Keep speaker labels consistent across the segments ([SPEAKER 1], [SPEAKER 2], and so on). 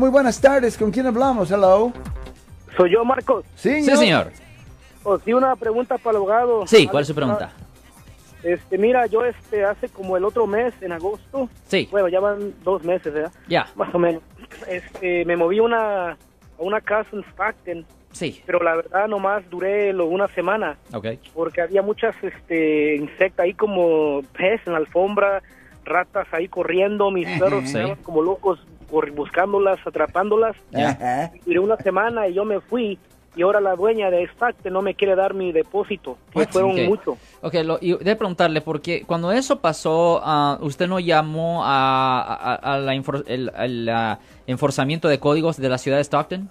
[SPEAKER 1] Muy buenas tardes, ¿con quién hablamos? Hello.
[SPEAKER 2] Soy yo, Marcos.
[SPEAKER 1] Sí,
[SPEAKER 3] Sí, señor.
[SPEAKER 2] Os di una pregunta para el abogado.
[SPEAKER 3] Sí, ¿cuál es su pregunta?
[SPEAKER 2] Este, mira, yo este, hace como el otro mes, en agosto.
[SPEAKER 3] Sí,
[SPEAKER 2] Bueno, ya van dos meses, ¿verdad?
[SPEAKER 3] ya,
[SPEAKER 2] Más o menos. Este, me moví una, a una casa en Stockton,
[SPEAKER 3] sí,
[SPEAKER 2] pero la verdad nomás duré lo- una semana,
[SPEAKER 3] ok.
[SPEAKER 2] porque había muchas este, insectas ahí como pez en la alfombra, ratas ahí corriendo, mis perros
[SPEAKER 3] Sí.
[SPEAKER 2] estaban como locos cor- buscándolas, atrapándolas.
[SPEAKER 1] Ajá.
[SPEAKER 2] Duré una semana y yo me fui y ahora la dueña de Stacte no me quiere dar mi depósito. que
[SPEAKER 3] What?
[SPEAKER 2] fueron
[SPEAKER 3] Ok.
[SPEAKER 2] mucho.
[SPEAKER 3] Ok, lo, y de preguntarle, porque cuando eso pasó, ah, usted no llamó a, a- a la enfor- el, al, ah, enforzamiento de códigos de la ciudad de Stockton?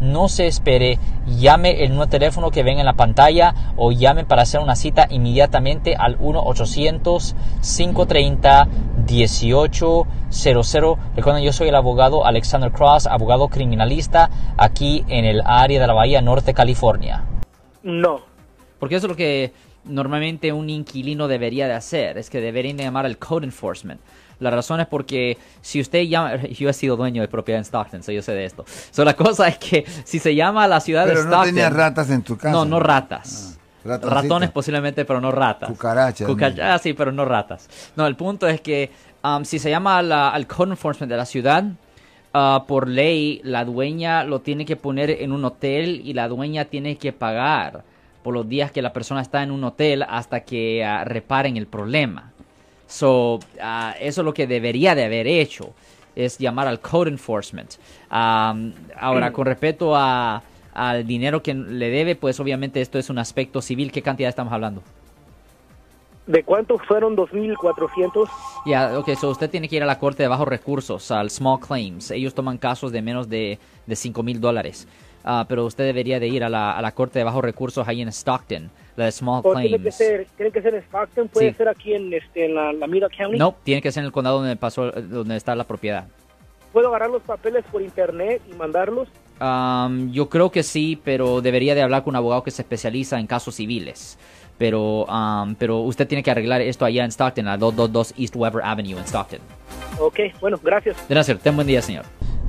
[SPEAKER 3] no se espere, llame el nuevo teléfono que ven en la pantalla o llame para hacer una cita inmediatamente al 1-800-530-1800. Recuerden, yo soy el abogado Alexander Cross, abogado criminalista aquí en el área de la Bahía Norte, California.
[SPEAKER 2] No.
[SPEAKER 3] Porque eso es lo que normalmente un inquilino debería de hacer, es que deberían de llamar al code enforcement. La razón es porque si usted llama, yo he sido dueño de propiedad en Stockton, so yo sé de esto. So la cosa es que si se llama a la ciudad de
[SPEAKER 4] Pero no
[SPEAKER 3] Stockton,
[SPEAKER 4] tenías ratas en tu casa.
[SPEAKER 3] no, no ratas.
[SPEAKER 4] Ah, ratoncitos.
[SPEAKER 3] Ratones posiblemente, pero no ratas.
[SPEAKER 4] Cucarachas,
[SPEAKER 3] Cuca-
[SPEAKER 4] ¿no?
[SPEAKER 3] ah, sí, pero no ratas. No, el punto es que um, si se llama a la- al code enforcement de la ciudad, ah, por ley, la dueña lo tiene que poner en un hotel y la dueña tiene que pagar por los días que la persona está en un hotel hasta que ah, reparen el problema. So, ah, eso es lo que debería de haber hecho, es llamar al code enforcement. Am, ahora, con respecto a, al dinero que le debe, pues obviamente esto es un aspecto civil. ¿Qué cantidad estamos hablando?
[SPEAKER 2] ¿De cuántos fueron 2.400?
[SPEAKER 3] Ya, ok, so usted tiene que ir a la corte de bajos recursos, al small claims. Ellos toman casos de menos de, de 5 mil dólares. Ah, pero usted debería de ir a la, a la corte de bajos recursos ahí en Stockton, la de small
[SPEAKER 2] ¿O Oh, tiene
[SPEAKER 3] claims.
[SPEAKER 2] que ser, tiene que ser en Stockton? ¿Puede
[SPEAKER 3] Sí.
[SPEAKER 2] ser aquí en, este, en la, la Mira County?
[SPEAKER 3] No, tiene que ser en el condado donde pasó, donde está la propiedad.
[SPEAKER 2] ¿Puedo agarrar los papeles por internet y mandarlos?
[SPEAKER 3] Am, Um, yo creo que sí, pero debería de hablar con un abogado que se especializa en casos civiles. Pero, am, pero usted tiene que arreglar esto allá en Stockton, a 222 East Weber Avenue en Stockton.
[SPEAKER 2] Ok, bueno, gracias.
[SPEAKER 3] De nada, sir. Ten buen día, señor.